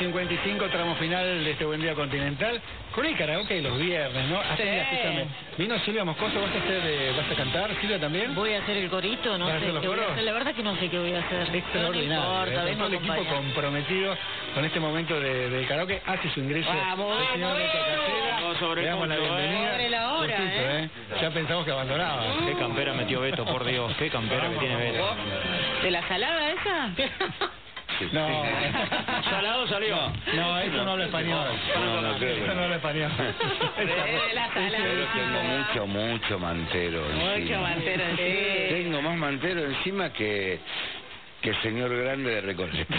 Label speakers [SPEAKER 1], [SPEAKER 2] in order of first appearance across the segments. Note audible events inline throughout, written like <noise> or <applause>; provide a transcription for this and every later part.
[SPEAKER 1] 55, tramo final de este Buen Día Continental. Con el karaoke los viernes, ¿no? Ah,
[SPEAKER 2] Sí.
[SPEAKER 1] mira, escúchame. Vino Silvia Moscoso, ¿vas a, hacer, eh, ¿vas a cantar? ¿Silvia también?
[SPEAKER 2] Voy a hacer el corito, no
[SPEAKER 1] ¿Vas a
[SPEAKER 2] sé.
[SPEAKER 1] hacer los
[SPEAKER 2] qué voy a
[SPEAKER 1] coros?
[SPEAKER 2] hacer. La verdad que no sé qué voy a hacer. Pero no
[SPEAKER 1] Extraordinario. ¿eh?
[SPEAKER 2] importa,
[SPEAKER 1] Con
[SPEAKER 2] vengo
[SPEAKER 1] todo el equipo
[SPEAKER 2] acompañada.
[SPEAKER 1] comprometido con este momento de, de karaoke hace su ingreso
[SPEAKER 2] Vamos,
[SPEAKER 1] el señor
[SPEAKER 2] vamos.
[SPEAKER 1] Beto Casera.
[SPEAKER 3] Vamos sobre
[SPEAKER 1] Le damos la
[SPEAKER 3] mucho, ¿eh?
[SPEAKER 1] bienvenida.
[SPEAKER 2] Sobre la hora,
[SPEAKER 1] Justito,
[SPEAKER 2] ¿eh?
[SPEAKER 1] Ya pensamos que abandonaba.
[SPEAKER 3] Qué campera metió Beto, por Dios, qué campera que tiene Beto.
[SPEAKER 2] ¿De la salada esa?
[SPEAKER 1] No.
[SPEAKER 3] Salado salió.
[SPEAKER 1] No, eso no habla español.
[SPEAKER 4] No, no creo que
[SPEAKER 1] Eso no
[SPEAKER 4] no.
[SPEAKER 1] habla
[SPEAKER 4] <laughs>
[SPEAKER 1] español.
[SPEAKER 2] De la
[SPEAKER 4] Pero tengo
[SPEAKER 2] salada.
[SPEAKER 4] mucho, mucho mantero
[SPEAKER 2] Mucho
[SPEAKER 4] encima.
[SPEAKER 2] mantero, sí.
[SPEAKER 4] Tengo más mantero encima que que el señor grande de Recoleta.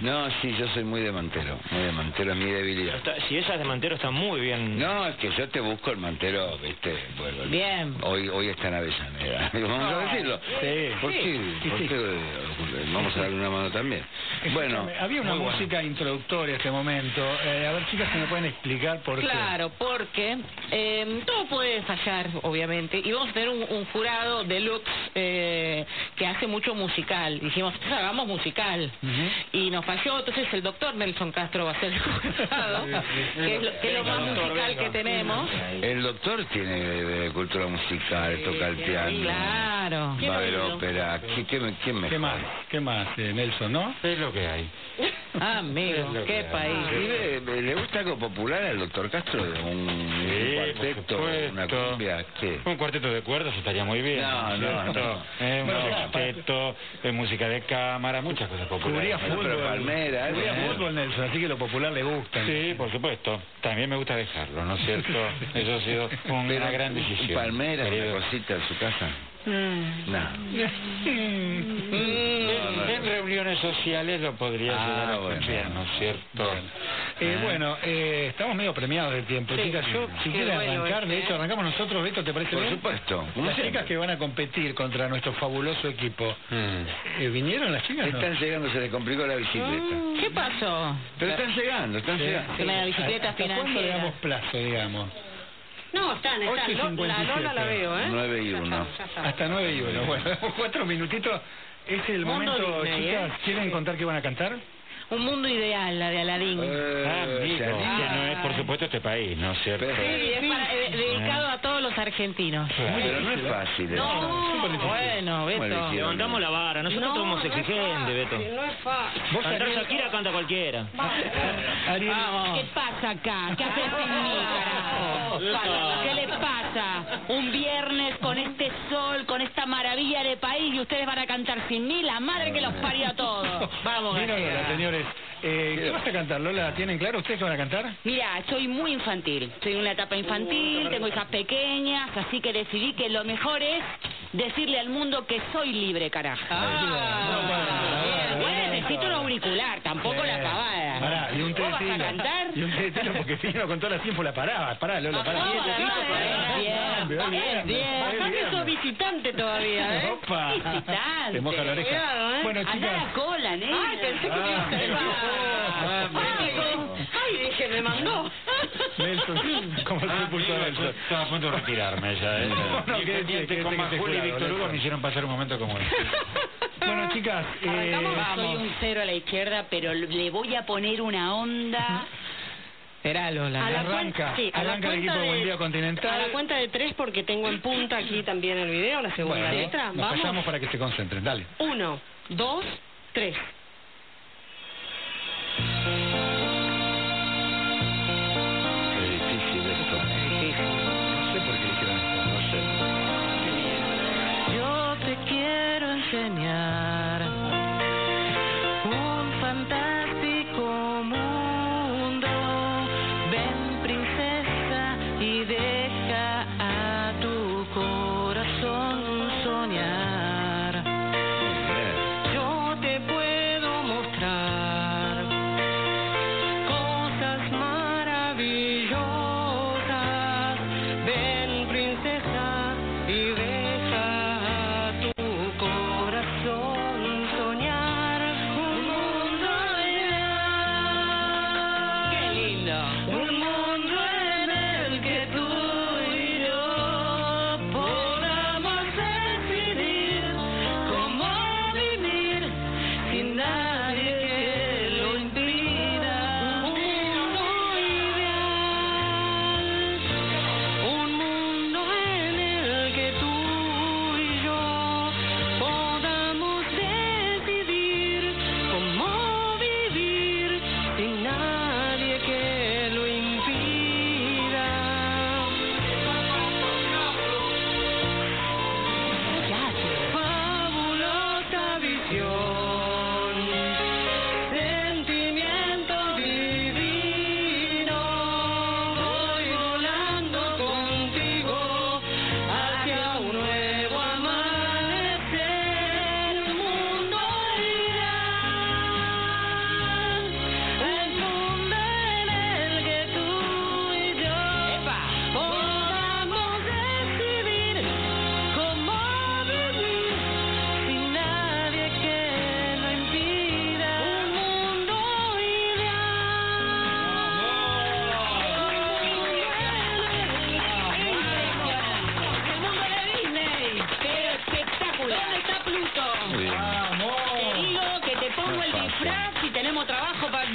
[SPEAKER 4] no, sí, yo soy muy de mantero. Muy de mantero es mi debilidad.
[SPEAKER 3] Está- si esa es de Mantero está muy bien.
[SPEAKER 4] No, es que yo te busco el mantero, viste. Bueno,
[SPEAKER 2] Bien.
[SPEAKER 4] Hoy, hoy está en Avellaneda. <laughs> Vamos a decirlo.
[SPEAKER 1] Sí.
[SPEAKER 4] ¿Por qué?
[SPEAKER 1] Sí,
[SPEAKER 4] ¿Por
[SPEAKER 1] sí.
[SPEAKER 4] qué? Vamos a darle una mano también. Bueno,
[SPEAKER 1] Escúchame, había una
[SPEAKER 3] muy bueno.
[SPEAKER 1] música introductoria en este momento. Eh, a ver, chicas, si me pueden explicar <laughs> por qué.
[SPEAKER 2] Claro, porque eh, todo puede fallar, obviamente, y vamos a tener un, un jurado deluxe eh, que hace mucho musical. Dijimos, pues hagamos musical.
[SPEAKER 1] Ujú.
[SPEAKER 2] Y nos falló, entonces el doctor Nelson Castro va a ser el <laughs> jurado, que es lo, que es lo más
[SPEAKER 3] Venga, doctor,
[SPEAKER 2] musical
[SPEAKER 3] venga.
[SPEAKER 2] que tenemos.
[SPEAKER 4] el doctor tiene eh, cultura musical, toca el piano.
[SPEAKER 2] Claro.
[SPEAKER 4] Va a haber ópera. ¿Qué, qué, me- quién me
[SPEAKER 1] ¿Qué más? ¿Qué más, eh, Nelson, no?
[SPEAKER 5] Es lo que hay.
[SPEAKER 2] Amigo, qué país.
[SPEAKER 4] Inclusive, eh, ¿Le, gusta algo popular al doctor Castro? ¿Un, un
[SPEAKER 5] Sí, por
[SPEAKER 4] cuarteto?
[SPEAKER 5] supuesto.
[SPEAKER 4] ¿Una cumbia? ¿Qué?
[SPEAKER 5] Un cuarteto de cuerdas estaría muy bien.
[SPEAKER 4] No, no,
[SPEAKER 5] ¿cierto?
[SPEAKER 4] no.
[SPEAKER 5] Eh, un
[SPEAKER 1] Bueno, claro,
[SPEAKER 5] cuarteto, eh, música de cámara, muchas cosas
[SPEAKER 1] Cubría
[SPEAKER 5] populares.
[SPEAKER 4] Bueno,
[SPEAKER 1] fútbol.
[SPEAKER 4] pero Palmera,
[SPEAKER 1] Cubría
[SPEAKER 4] ¿eh?
[SPEAKER 1] fútbol, Nelson, así que lo popular le gusta. <laughs>
[SPEAKER 5] Sí, por supuesto. También me gusta dejarlo, ¿no es
[SPEAKER 3] <laughs>
[SPEAKER 5] cierto? Eso ha sido una
[SPEAKER 4] Pero
[SPEAKER 5] gran
[SPEAKER 4] un
[SPEAKER 5] decisión.
[SPEAKER 4] palmera,
[SPEAKER 5] querido.
[SPEAKER 4] una cosita en su casa?
[SPEAKER 2] Mm.
[SPEAKER 4] No.
[SPEAKER 5] En-
[SPEAKER 4] no, no.
[SPEAKER 5] En reuniones sociales lo podría
[SPEAKER 4] Ah,
[SPEAKER 5] llegar a
[SPEAKER 4] bueno.
[SPEAKER 5] escuchar, ¿no es cierto?
[SPEAKER 1] Eh, bueno, eh, estamos medio premiados de tiempo.
[SPEAKER 2] Sí.
[SPEAKER 1] Chicas, yo, si
[SPEAKER 2] Qué
[SPEAKER 1] quieres
[SPEAKER 2] duelo
[SPEAKER 1] arrancar,
[SPEAKER 2] este,
[SPEAKER 1] de hecho,
[SPEAKER 2] ¿eh?
[SPEAKER 1] arrancamos nosotros, Beto, ¿te parece
[SPEAKER 4] Por
[SPEAKER 1] bien?
[SPEAKER 4] supuesto. como
[SPEAKER 1] Las
[SPEAKER 4] siempre.
[SPEAKER 1] chicas que van a competir contra nuestro fabuloso equipo. Eh, ¿Vinieron las chicas? no?
[SPEAKER 4] Mm. Están llegando, se les complicó la bicicleta.
[SPEAKER 2] ¿Qué pasó?
[SPEAKER 4] Pero están llegando, están
[SPEAKER 1] Sí.
[SPEAKER 4] llegando.
[SPEAKER 2] La bicicleta
[SPEAKER 1] ¿Hasta ¿Cuándo le
[SPEAKER 2] financiera.
[SPEAKER 1] damos plazo, digamos?
[SPEAKER 2] No, están,
[SPEAKER 1] están. Lo- la Lola la veo,
[SPEAKER 2] ¿eh?
[SPEAKER 4] Nueve y uno.
[SPEAKER 2] Ah.
[SPEAKER 1] Hasta nueve y uno.
[SPEAKER 2] <laughs>
[SPEAKER 1] Bueno, cuatro minutitos. Es el
[SPEAKER 2] Mundo
[SPEAKER 1] momento,
[SPEAKER 2] Disney,
[SPEAKER 1] chicas.
[SPEAKER 2] ¿eh?
[SPEAKER 1] ¿Quieren contar qué van a cantar?
[SPEAKER 2] Un mundo ideal, la de Aladín.
[SPEAKER 5] Ah,
[SPEAKER 4] Eh,
[SPEAKER 5] amigo,
[SPEAKER 4] se
[SPEAKER 5] que
[SPEAKER 4] anima.
[SPEAKER 5] no es, por supuesto, este país, ¿no es cierto?
[SPEAKER 2] Sí,
[SPEAKER 4] Pero-
[SPEAKER 2] es para- eh, dedicado a todos los argentinos.
[SPEAKER 4] Pero no es fácil. ¿eh?
[SPEAKER 2] No,
[SPEAKER 1] difícil.
[SPEAKER 2] bueno,
[SPEAKER 4] Bueno,
[SPEAKER 2] Beto.
[SPEAKER 4] hicieron-
[SPEAKER 3] Levantamos la vara, nosotros somos exigentes, Beto.
[SPEAKER 1] Vos,
[SPEAKER 3] Cantar
[SPEAKER 1] Ariel-
[SPEAKER 3] Shakira canta
[SPEAKER 5] <laughs>
[SPEAKER 3] cualquiera.
[SPEAKER 1] Ariel,
[SPEAKER 2] ¿Qué pasa acá? ¿Qué haces sin mí, carajo? ¿Qué le pasa? Un viernes con este sol, con esta maravilla de país y ustedes van a cantar sin mí, la madre que los parió a
[SPEAKER 1] <laughs>
[SPEAKER 2] todos. Vamos,
[SPEAKER 1] Vino Lola,
[SPEAKER 2] García.
[SPEAKER 1] señores. Eh, ¿Qué vas a cantar, Lola? ¿Tienen claro ustedes qué van a cantar?
[SPEAKER 2] Mira, soy muy infantil, soy de una etapa infantil, tengo hijas pequeñas, así que decidí que lo mejor es decirle al mundo que soy libre, carajo.
[SPEAKER 1] Ah, bueno,
[SPEAKER 2] bueno,
[SPEAKER 1] bueno.
[SPEAKER 2] necesito un auricular, tampoco la
[SPEAKER 1] Eh,
[SPEAKER 2] acabada.
[SPEAKER 1] Pará, y un té
[SPEAKER 2] ¿Vos
[SPEAKER 1] de
[SPEAKER 2] vas a
[SPEAKER 1] tilo.
[SPEAKER 2] cantar?
[SPEAKER 1] Y un té de
[SPEAKER 2] <laughs>
[SPEAKER 1] tilo porque si no con toda la tiempo la paraba. Pará, Lola, pará.
[SPEAKER 2] Bien, eh. bien, bien, Aparte sos visitante todavía, ¿eh?
[SPEAKER 1] Opa.
[SPEAKER 2] Visitante.
[SPEAKER 1] Te moja la oreja.
[SPEAKER 2] Cuidado, ¿eh?
[SPEAKER 1] Bueno,
[SPEAKER 2] Andá
[SPEAKER 1] chicas.
[SPEAKER 2] a la cola, nena. Ah, Ay, pensé
[SPEAKER 1] que me
[SPEAKER 2] <laughs>
[SPEAKER 1] ibas a decir.
[SPEAKER 2] Ay, dije, me mandó.
[SPEAKER 1] Nelson, ¿cómo se
[SPEAKER 5] Ah,
[SPEAKER 1] puso
[SPEAKER 5] amigo, yo
[SPEAKER 1] Nelson?
[SPEAKER 5] Estaba a punto de retirarme ya. ¿eh?
[SPEAKER 1] No, no,
[SPEAKER 5] Y
[SPEAKER 1] quédese,
[SPEAKER 5] pendiente
[SPEAKER 1] quédese que
[SPEAKER 5] con
[SPEAKER 1] te
[SPEAKER 5] Majul y
[SPEAKER 1] juraron,
[SPEAKER 5] Víctor Hugo
[SPEAKER 1] Nelson.
[SPEAKER 5] me hicieron pasar un momento como <laughs> este.
[SPEAKER 1] Bueno, chicas, eh,
[SPEAKER 2] Soy un cero a la izquierda, pero le voy a poner una onda. Será Lola.
[SPEAKER 6] A la
[SPEAKER 1] arranca.
[SPEAKER 6] cuen- sí, a la
[SPEAKER 1] arranca el
[SPEAKER 6] cuenta
[SPEAKER 1] equipo de Buen
[SPEAKER 6] de-
[SPEAKER 1] Día
[SPEAKER 6] A
[SPEAKER 1] Continental.
[SPEAKER 6] la cuenta de tres porque tengo en punta aquí también el video, la segunda
[SPEAKER 1] bueno,
[SPEAKER 6] letra.
[SPEAKER 1] nos callamos
[SPEAKER 6] Vamos.
[SPEAKER 1] para que se concentren. Dale.
[SPEAKER 6] Uno, dos, tres.
[SPEAKER 4] Qué difícil esto.
[SPEAKER 1] No sé por qué dijeron esto.
[SPEAKER 4] No sé.
[SPEAKER 2] Yo te quiero enseñar un fantástico mundo. Ven, princesa, y deja a tu corazón soñar. Yo te puedo mostrar cosas maravillosas. Ven, princesa, y deja a tu corazón soñar un mundo ideal. ¡Qué lindo! Un mundo en el que tú y yo podamos decidir cómo vivir sin nadie que lo impida.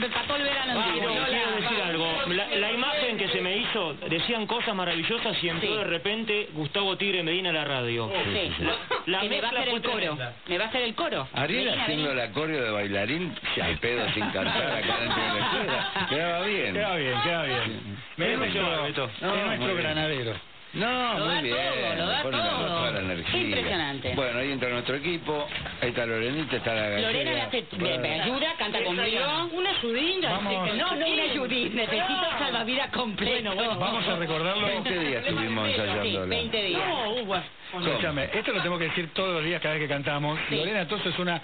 [SPEAKER 2] empató el verano
[SPEAKER 3] Vamos,
[SPEAKER 2] entero.
[SPEAKER 3] quiero decir algo. La, la imagen que se me hizo, decían cosas maravillosas y entró
[SPEAKER 2] Sí.
[SPEAKER 3] de repente Gustavo Tigre Medina a la radio.
[SPEAKER 2] Sí.
[SPEAKER 3] La
[SPEAKER 2] que me va a
[SPEAKER 3] mezcla
[SPEAKER 2] hacer el
[SPEAKER 3] fue
[SPEAKER 2] coro.
[SPEAKER 3] tremenda.
[SPEAKER 2] Me va a hacer el coro.
[SPEAKER 4] Ariel
[SPEAKER 2] Venía,
[SPEAKER 4] haciendo
[SPEAKER 2] venía.
[SPEAKER 4] el acordeo de bailarín, si al pedo sin cantar la cadencia de la cuerda. Quedaba bien.
[SPEAKER 1] Queda bien, queda bien.
[SPEAKER 3] Me
[SPEAKER 1] Es
[SPEAKER 3] emocionó,
[SPEAKER 1] nuestro,
[SPEAKER 3] Beto.
[SPEAKER 1] es
[SPEAKER 4] No,
[SPEAKER 1] nuestro
[SPEAKER 4] muy bien.
[SPEAKER 1] granadero.
[SPEAKER 4] No,
[SPEAKER 2] Lo
[SPEAKER 4] muy
[SPEAKER 2] da
[SPEAKER 4] bien.
[SPEAKER 2] todo, lo da
[SPEAKER 4] pone la-
[SPEAKER 2] todo.
[SPEAKER 4] toda la energía.
[SPEAKER 2] Impresionante.
[SPEAKER 4] Bueno, ahí entra nuestro equipo. Ahí está Lorenita, está la
[SPEAKER 2] Lorena me,
[SPEAKER 4] gallega.
[SPEAKER 2] hace, me, me ayuda, canta conmigo.
[SPEAKER 6] Una ayudina.
[SPEAKER 1] Vamos.
[SPEAKER 6] chica,
[SPEAKER 2] No, no una ayudín, necesito
[SPEAKER 6] No.
[SPEAKER 2] salvavidas completo.
[SPEAKER 1] Vamos a recordarlo.
[SPEAKER 4] 20 días estuvimos
[SPEAKER 2] Sí,
[SPEAKER 4] ensayándola.
[SPEAKER 2] 20 días.
[SPEAKER 6] No, Hugo.
[SPEAKER 1] Escúchame, eh, esto lo tengo que decir todos los días cada vez que cantamos.
[SPEAKER 2] Sí.
[SPEAKER 1] Lorena entonces es una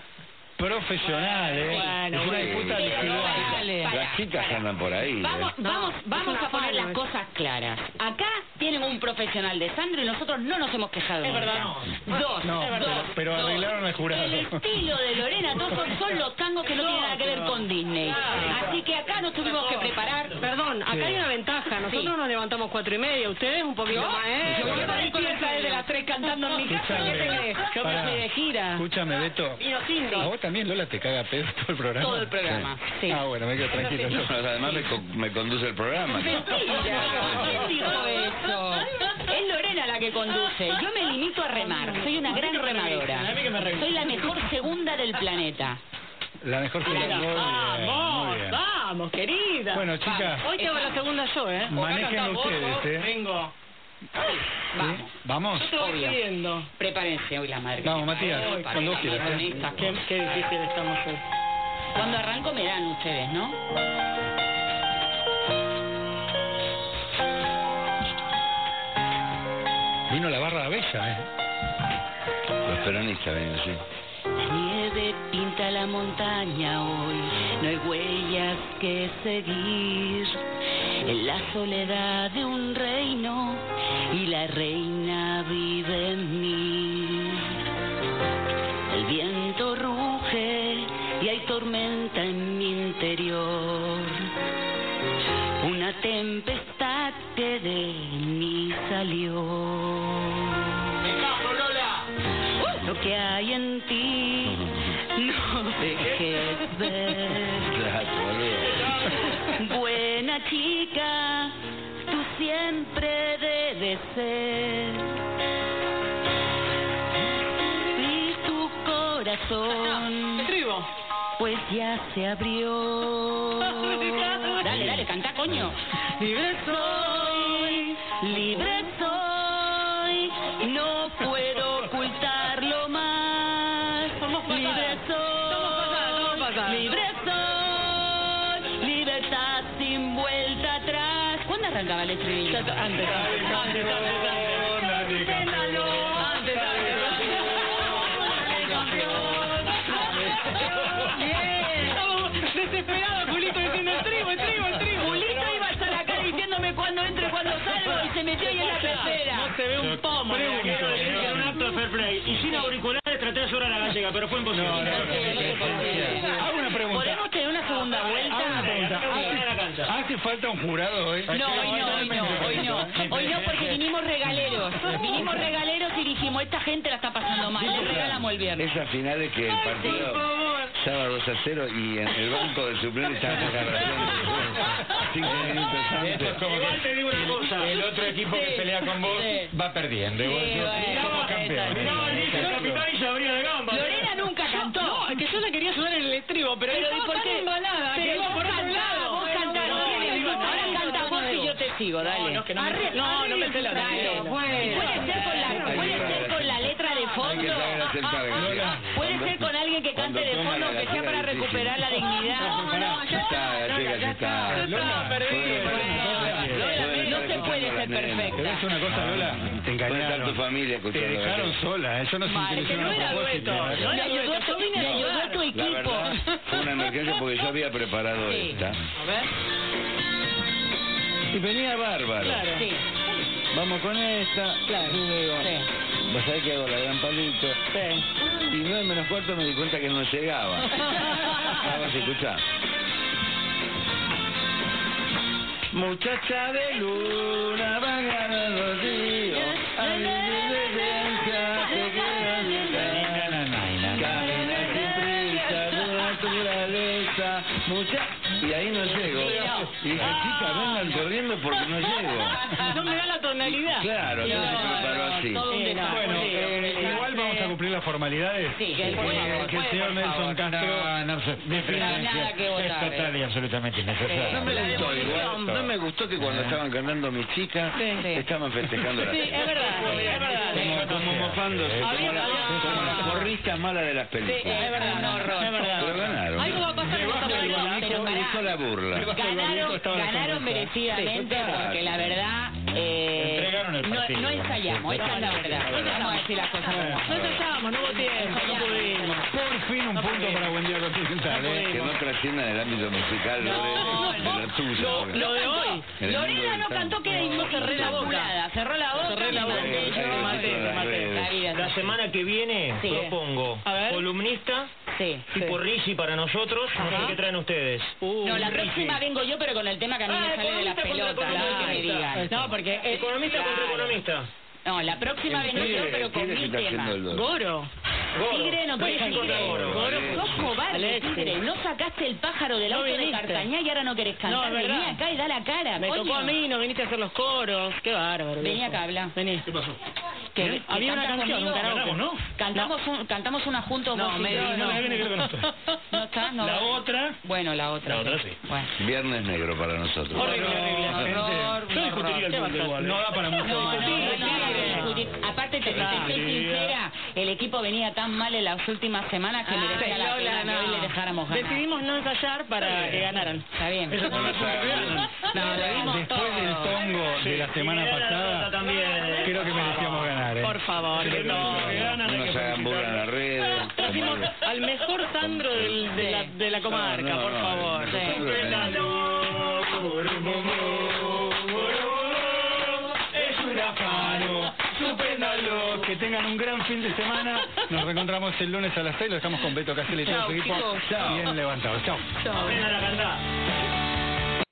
[SPEAKER 1] profesional, ¿eh?
[SPEAKER 2] Bueno,
[SPEAKER 1] es una
[SPEAKER 4] bueno.
[SPEAKER 1] disputa de
[SPEAKER 2] Pero
[SPEAKER 1] ciudad.
[SPEAKER 2] dale. Pará,
[SPEAKER 4] Las chicas
[SPEAKER 2] pará.
[SPEAKER 4] andan por ahí.
[SPEAKER 2] Vamos,
[SPEAKER 4] ¿eh?
[SPEAKER 6] No,
[SPEAKER 2] vamos,
[SPEAKER 6] es
[SPEAKER 2] vamos
[SPEAKER 6] una
[SPEAKER 2] a poner
[SPEAKER 6] fama,
[SPEAKER 2] las
[SPEAKER 6] eh.
[SPEAKER 2] cosas claras. Acá tienen un profesional de Sandro y nosotros no nos hemos quejado.
[SPEAKER 3] Es
[SPEAKER 2] nunca.
[SPEAKER 3] verdad.
[SPEAKER 2] Dos,
[SPEAKER 1] No,
[SPEAKER 2] es verdad.
[SPEAKER 1] pero- pero
[SPEAKER 2] Dos.
[SPEAKER 1] arreglaron al jurado.
[SPEAKER 2] El estilo de Lorena Toso son los tangos que no tienen nada que ver con Disney. Así que acá nos tuvimos que preparar.
[SPEAKER 6] Perdón, acá
[SPEAKER 1] Sí.
[SPEAKER 6] hay una ventaja. Nosotros
[SPEAKER 2] Sí.
[SPEAKER 6] nos levantamos cuatro y media. Ustedes un poquito más, ¿eh?
[SPEAKER 2] Yo
[SPEAKER 6] Yo
[SPEAKER 2] me
[SPEAKER 6] me
[SPEAKER 2] parezco
[SPEAKER 6] parece
[SPEAKER 2] a la de las tres cantando en mi casa.
[SPEAKER 1] Escuchame.
[SPEAKER 2] ¿qué te crees?
[SPEAKER 6] Yo me
[SPEAKER 1] Pará.
[SPEAKER 6] fui de gira.
[SPEAKER 1] Escúchame, Beto.
[SPEAKER 6] Vino Cindy.
[SPEAKER 1] A vos también Lola te caga a pedo todo el programa.
[SPEAKER 2] Todo el programa, sí.
[SPEAKER 1] Ah, bueno, me quedo tranquilo.
[SPEAKER 4] No, además me, co- me conduce el programa.
[SPEAKER 2] Mentira. ¿Quién dijo eso? Es Lorena la que conduce. Yo me limito a remar. Soy una gran remadora. Soy la mejor segunda del planeta.
[SPEAKER 1] La mejor que la
[SPEAKER 6] Vamos, vamos, querida.
[SPEAKER 1] Bueno, chicas,
[SPEAKER 6] Hoy tengo la segunda yo, ¿eh?
[SPEAKER 1] manejen ustedes, ¿eh?
[SPEAKER 6] Vengo.
[SPEAKER 1] ¿Sí?
[SPEAKER 2] Vamos.
[SPEAKER 1] Vamos.
[SPEAKER 6] Yo te voy
[SPEAKER 2] Obvio.
[SPEAKER 6] pidiendo.
[SPEAKER 2] Prepárense hoy la madre. que
[SPEAKER 1] Vamos,
[SPEAKER 2] me
[SPEAKER 1] Matías,
[SPEAKER 2] parió, para
[SPEAKER 1] cuando
[SPEAKER 2] la
[SPEAKER 1] quieras, ¿eh?
[SPEAKER 2] varonista.
[SPEAKER 6] Qué, qué difícil estamos hoy.
[SPEAKER 2] Cuando arranco me dan ustedes, ¿no?
[SPEAKER 1] Vino la barra de bella, ¿eh?
[SPEAKER 4] Los peronistas ven, sí.
[SPEAKER 2] La nieve pinta la montaña hoy, no hay huellas que seguir. En la soledad de un reino y la reina vive en mí. El viento ruge y hay tormenta en mi interior. Una tempestad que de mí salió. Lo que hay en ti no dejes ver.
[SPEAKER 4] Claro,
[SPEAKER 2] <laughs>
[SPEAKER 4] boludo.
[SPEAKER 2] Buena chica, tú siempre debes ser. Y tu corazón,
[SPEAKER 6] Estribo.
[SPEAKER 2] pues ya se
[SPEAKER 6] <laughs>
[SPEAKER 2] abrió. Dale, dale, canta, coño. Libre soy, libre soy, no puedo ocultarlo más.
[SPEAKER 6] Somos pasadas.
[SPEAKER 2] Libre
[SPEAKER 6] Somos pasadas, somos pasadas.
[SPEAKER 2] soy, libre soy, libertad sin vuelta atrás. ¿Cuándo arrancaba el estribillo?
[SPEAKER 6] Antes, antes, antes, antes. Téndalo. Antes, antes. Bien. Estamos desesperados, Julito, diciendo el trigo, el trigo, el trigo.
[SPEAKER 2] Julito iba a estar acá diciéndome cuando entre, cuando salgo y se metió ahí en la pecera.
[SPEAKER 6] No se ve un pomo.
[SPEAKER 3] Quiero decir que era un acto de fair play. Y sin auriculares traté de llorar a la gallega, pero fue imposible.
[SPEAKER 1] Hago una pregunta.
[SPEAKER 2] ¿Podemos tener una segunda vuelta?
[SPEAKER 1] Hago una pregunta. ¿Hace, hace falta un jurado hoy?
[SPEAKER 2] No, hoy no, hoy no, hoy no. Hoy no porque vinimos regaleros. Vinimos regaleros y dijimos, esta gente la está pasando mal, le regalamos el viernes.
[SPEAKER 4] Esas finales que el partido estaba 2 a 0 y en el banco del suplente estaban agarrando 5 minutos antes.
[SPEAKER 3] Igual te digo una cosa.
[SPEAKER 5] El otro equipo
[SPEAKER 2] Sí.
[SPEAKER 5] que pelea con vos
[SPEAKER 2] Sí.
[SPEAKER 5] va perdiendo. Y vos
[SPEAKER 2] Sí,
[SPEAKER 5] sos-
[SPEAKER 2] bueno.
[SPEAKER 5] somos campeones.
[SPEAKER 3] Miraba el disco capitán y se abría de gamba.
[SPEAKER 2] Lorena nunca cantó.
[SPEAKER 6] No, es que yo la quería ayudar en el estribo, pero,
[SPEAKER 2] Pero, ¿y
[SPEAKER 6] estaba
[SPEAKER 2] por
[SPEAKER 6] tan
[SPEAKER 2] qué?
[SPEAKER 6] embalada que
[SPEAKER 2] Pero
[SPEAKER 6] iba
[SPEAKER 2] vos
[SPEAKER 6] por otro
[SPEAKER 2] cantá,
[SPEAKER 6] lado.
[SPEAKER 2] vos cantá.
[SPEAKER 6] No,
[SPEAKER 2] Tiene
[SPEAKER 6] no,
[SPEAKER 2] vivo,
[SPEAKER 6] no,
[SPEAKER 2] Ahora
[SPEAKER 6] no,
[SPEAKER 2] canta
[SPEAKER 6] no,
[SPEAKER 2] vos
[SPEAKER 6] no,
[SPEAKER 2] y
[SPEAKER 6] no.
[SPEAKER 2] yo te sigo, dale.
[SPEAKER 6] no, es que no me-
[SPEAKER 2] Arre-
[SPEAKER 6] no, no me sé la
[SPEAKER 2] dale.
[SPEAKER 6] letra.
[SPEAKER 2] Puede ser con la, puede ser con la letra de
[SPEAKER 4] Hay que
[SPEAKER 2] fondo.
[SPEAKER 4] saber hacer carga.
[SPEAKER 2] Puede ser con alguien que cante de fondo, aunque sea para recuperar la dignidad.
[SPEAKER 4] No, ya está, chicas, ya está.
[SPEAKER 1] Lola,
[SPEAKER 2] No se puede
[SPEAKER 1] ¿Te
[SPEAKER 2] ser perfecta.
[SPEAKER 1] ves una cosa, Lola? Te
[SPEAKER 4] Puede estar
[SPEAKER 1] engañaron.
[SPEAKER 4] tu familia
[SPEAKER 1] Te
[SPEAKER 4] escuchando.
[SPEAKER 1] dejaron sola. Eso no es
[SPEAKER 2] Mal, que no
[SPEAKER 1] a
[SPEAKER 2] era
[SPEAKER 1] propósito.
[SPEAKER 2] Le ayudó a tu, le ayudó a tu
[SPEAKER 4] La
[SPEAKER 2] equipo.
[SPEAKER 4] verdad, fue una emergencia porque yo había preparado
[SPEAKER 2] Sí.
[SPEAKER 4] esta.
[SPEAKER 2] A ver.
[SPEAKER 4] Y venía bárbaro.
[SPEAKER 2] Sí,
[SPEAKER 4] Vamos con esta.
[SPEAKER 2] Claro.
[SPEAKER 4] Yo digo,
[SPEAKER 2] Sí.
[SPEAKER 4] Vos sabés que hago la gran palito.
[SPEAKER 2] sí.
[SPEAKER 4] Y no en menos cuarto me di cuenta que no llegaba. Vamos a escuchar. Muchacha de luna, va ganando el río, a vivir de ciencia, te quedas
[SPEAKER 1] Na, na,
[SPEAKER 4] de
[SPEAKER 1] na, na, na.
[SPEAKER 4] Camina sin prisa, por naturaleza, muchacha, mucha y ahí no llego. Y dije, chicas, vengan corriendo porque no llego.
[SPEAKER 2] <laughs>
[SPEAKER 6] No me da la tonalidad.
[SPEAKER 4] Claro,
[SPEAKER 6] No,
[SPEAKER 4] entonces se preparó
[SPEAKER 6] no,
[SPEAKER 4] así.
[SPEAKER 6] todo un desastre.
[SPEAKER 1] Bueno, eh, igual vamos a cumplir las formalidades.
[SPEAKER 6] Sí,
[SPEAKER 1] Eh,
[SPEAKER 6] por favor,
[SPEAKER 1] que el señor Nelson Castro...
[SPEAKER 5] No, no, se- mi presencia
[SPEAKER 6] que votar,
[SPEAKER 5] es total y absolutamente innecesaria.
[SPEAKER 4] No me gustó igual, no me gustó que cuando estaban cantando mis chicas,
[SPEAKER 6] Sí, sí.
[SPEAKER 4] estaban festejando la
[SPEAKER 6] Sí, es verdad, sí, es verdad.
[SPEAKER 4] Como, como mofándose, como, la, como las porristas malas de las
[SPEAKER 6] Sí,
[SPEAKER 4] películas.
[SPEAKER 6] es verdad, un horror. Es verdad.
[SPEAKER 4] Pero ganaron.
[SPEAKER 6] Algo va a pasar con esta
[SPEAKER 4] Me
[SPEAKER 6] mañana,
[SPEAKER 4] gustó-
[SPEAKER 6] pero
[SPEAKER 4] me gustó
[SPEAKER 6] pará.
[SPEAKER 4] la burla.
[SPEAKER 2] Ganaron, ganaron merecidamente
[SPEAKER 4] Sí, total.
[SPEAKER 2] porque la verdad eh,
[SPEAKER 5] Entregaron el partido.
[SPEAKER 2] no, no ensayamos, esa es la verdad. Vamos a decir las cosas como
[SPEAKER 6] No
[SPEAKER 2] son.
[SPEAKER 6] ensayamos, no hubo tiempo, no pudimos.
[SPEAKER 1] Por fin un punto para Buen Día Continental, ¿eh?
[SPEAKER 4] Que no trascienda en el ámbito musical,
[SPEAKER 6] No,
[SPEAKER 4] Lore,
[SPEAKER 6] no,
[SPEAKER 4] de lo tuyo.
[SPEAKER 6] Lo, lo de hoy.
[SPEAKER 4] En el mundo
[SPEAKER 2] Lorena
[SPEAKER 4] del
[SPEAKER 2] no
[SPEAKER 4] tango.
[SPEAKER 2] cantó que era himno cerré la boca. Cerró la boca.
[SPEAKER 6] Cerré la boca.
[SPEAKER 2] y yo maté,
[SPEAKER 4] Mate,
[SPEAKER 2] maté.
[SPEAKER 4] mate.
[SPEAKER 2] La vida,
[SPEAKER 3] La
[SPEAKER 2] sí.
[SPEAKER 3] semana que viene
[SPEAKER 2] Sí. eh.
[SPEAKER 3] propongo
[SPEAKER 6] A ver.
[SPEAKER 3] columnista
[SPEAKER 2] Sí.
[SPEAKER 3] tipo Risi para nosotros. No
[SPEAKER 2] Ajá. Uh.
[SPEAKER 3] sé qué traen ustedes.
[SPEAKER 2] No, la próxima vengo yo, pero con el tema que a mí
[SPEAKER 3] Ah,
[SPEAKER 2] me sale de las
[SPEAKER 3] economista contra
[SPEAKER 2] pelotas, no que me
[SPEAKER 3] economista.
[SPEAKER 2] digan. No, porque... eh,
[SPEAKER 3] Economista contra
[SPEAKER 2] claro.
[SPEAKER 3] economista.
[SPEAKER 2] No, la próxima vengo yo,
[SPEAKER 4] Eh,
[SPEAKER 2] pero con mi tema.
[SPEAKER 6] Goro.
[SPEAKER 3] Goro.
[SPEAKER 2] Tigre no puede
[SPEAKER 3] Risi contra
[SPEAKER 2] tigre.
[SPEAKER 3] Goro.
[SPEAKER 2] Sos cobarde,
[SPEAKER 6] Alexis.
[SPEAKER 2] tigre. No sacaste el pájaro del
[SPEAKER 6] No
[SPEAKER 2] auto de
[SPEAKER 6] viniste.
[SPEAKER 2] Cartañá y ahora no querés cantar.
[SPEAKER 6] No, es
[SPEAKER 2] Vení
[SPEAKER 6] verdad.
[SPEAKER 2] acá y da la cara.
[SPEAKER 6] Me
[SPEAKER 2] coño.
[SPEAKER 6] tocó a mí, no viniste a hacer los coros. Qué bárbaro.
[SPEAKER 2] Vení
[SPEAKER 6] viejo.
[SPEAKER 2] acá, habla.
[SPEAKER 6] Vení. ¿Qué pasó?
[SPEAKER 2] Que,
[SPEAKER 6] Había una
[SPEAKER 2] cantas
[SPEAKER 6] canción, un
[SPEAKER 2] conmigo.
[SPEAKER 6] karaoke.
[SPEAKER 2] Cantamos, un- cantamos una juntos
[SPEAKER 6] No,
[SPEAKER 2] vos y
[SPEAKER 6] me
[SPEAKER 2] yo,
[SPEAKER 6] di- no me viene que con esto.
[SPEAKER 2] <laughs> ¿No está? No.
[SPEAKER 3] La otra.
[SPEAKER 2] Bueno, la otra.
[SPEAKER 3] La otra sí.
[SPEAKER 2] Bueno.
[SPEAKER 4] Viernes negro para nosotros.
[SPEAKER 6] Horrible, horrible.
[SPEAKER 2] Horror,
[SPEAKER 3] Yo
[SPEAKER 2] un
[SPEAKER 3] discutiría
[SPEAKER 2] horror.
[SPEAKER 3] el mundo igual. ¿eh?
[SPEAKER 1] No da para mucho.
[SPEAKER 2] No, no, no,
[SPEAKER 6] Discutir,
[SPEAKER 2] no, no,
[SPEAKER 6] discutir.
[SPEAKER 2] discutir. Aparte, te, te soy sincera, el equipo venía tan mal en las últimas semanas que
[SPEAKER 6] Ah,
[SPEAKER 2] merecía la
[SPEAKER 6] Lola,
[SPEAKER 2] pena que
[SPEAKER 6] no.
[SPEAKER 2] hoy le dejáramos ganar.
[SPEAKER 6] Decidimos no ensayar para que ganaran.
[SPEAKER 2] Está bien.
[SPEAKER 3] Eso con los campeones.
[SPEAKER 2] No, lo dimos
[SPEAKER 1] Después del
[SPEAKER 2] todo.
[SPEAKER 1] tongo de la semana
[SPEAKER 3] Y la
[SPEAKER 1] pasada,
[SPEAKER 3] derrota también.
[SPEAKER 1] creo que merecíamos ganar, ¿eh?
[SPEAKER 6] Por favor.
[SPEAKER 1] Creo que
[SPEAKER 6] no.
[SPEAKER 1] merecíamos ganar.
[SPEAKER 4] No nos hagan burla en las redes. como
[SPEAKER 6] Trajimos
[SPEAKER 4] algo.
[SPEAKER 6] al mejor Sandro del- de, la, de la comarca,
[SPEAKER 4] No, no,
[SPEAKER 6] por
[SPEAKER 4] no,
[SPEAKER 6] favor.
[SPEAKER 4] el mejor Sandro del
[SPEAKER 6] Pétalo.
[SPEAKER 1] Es un afano, supéndalo. Que tengan un gran fin de semana. Nos reencontramos el lunes a las 6. Lo estamos con Beto Casel y todo
[SPEAKER 6] Chau,
[SPEAKER 1] su equipo.
[SPEAKER 6] chicos.
[SPEAKER 1] Bien levantado. Chao.
[SPEAKER 6] Chao.
[SPEAKER 3] Aprendan a cantar.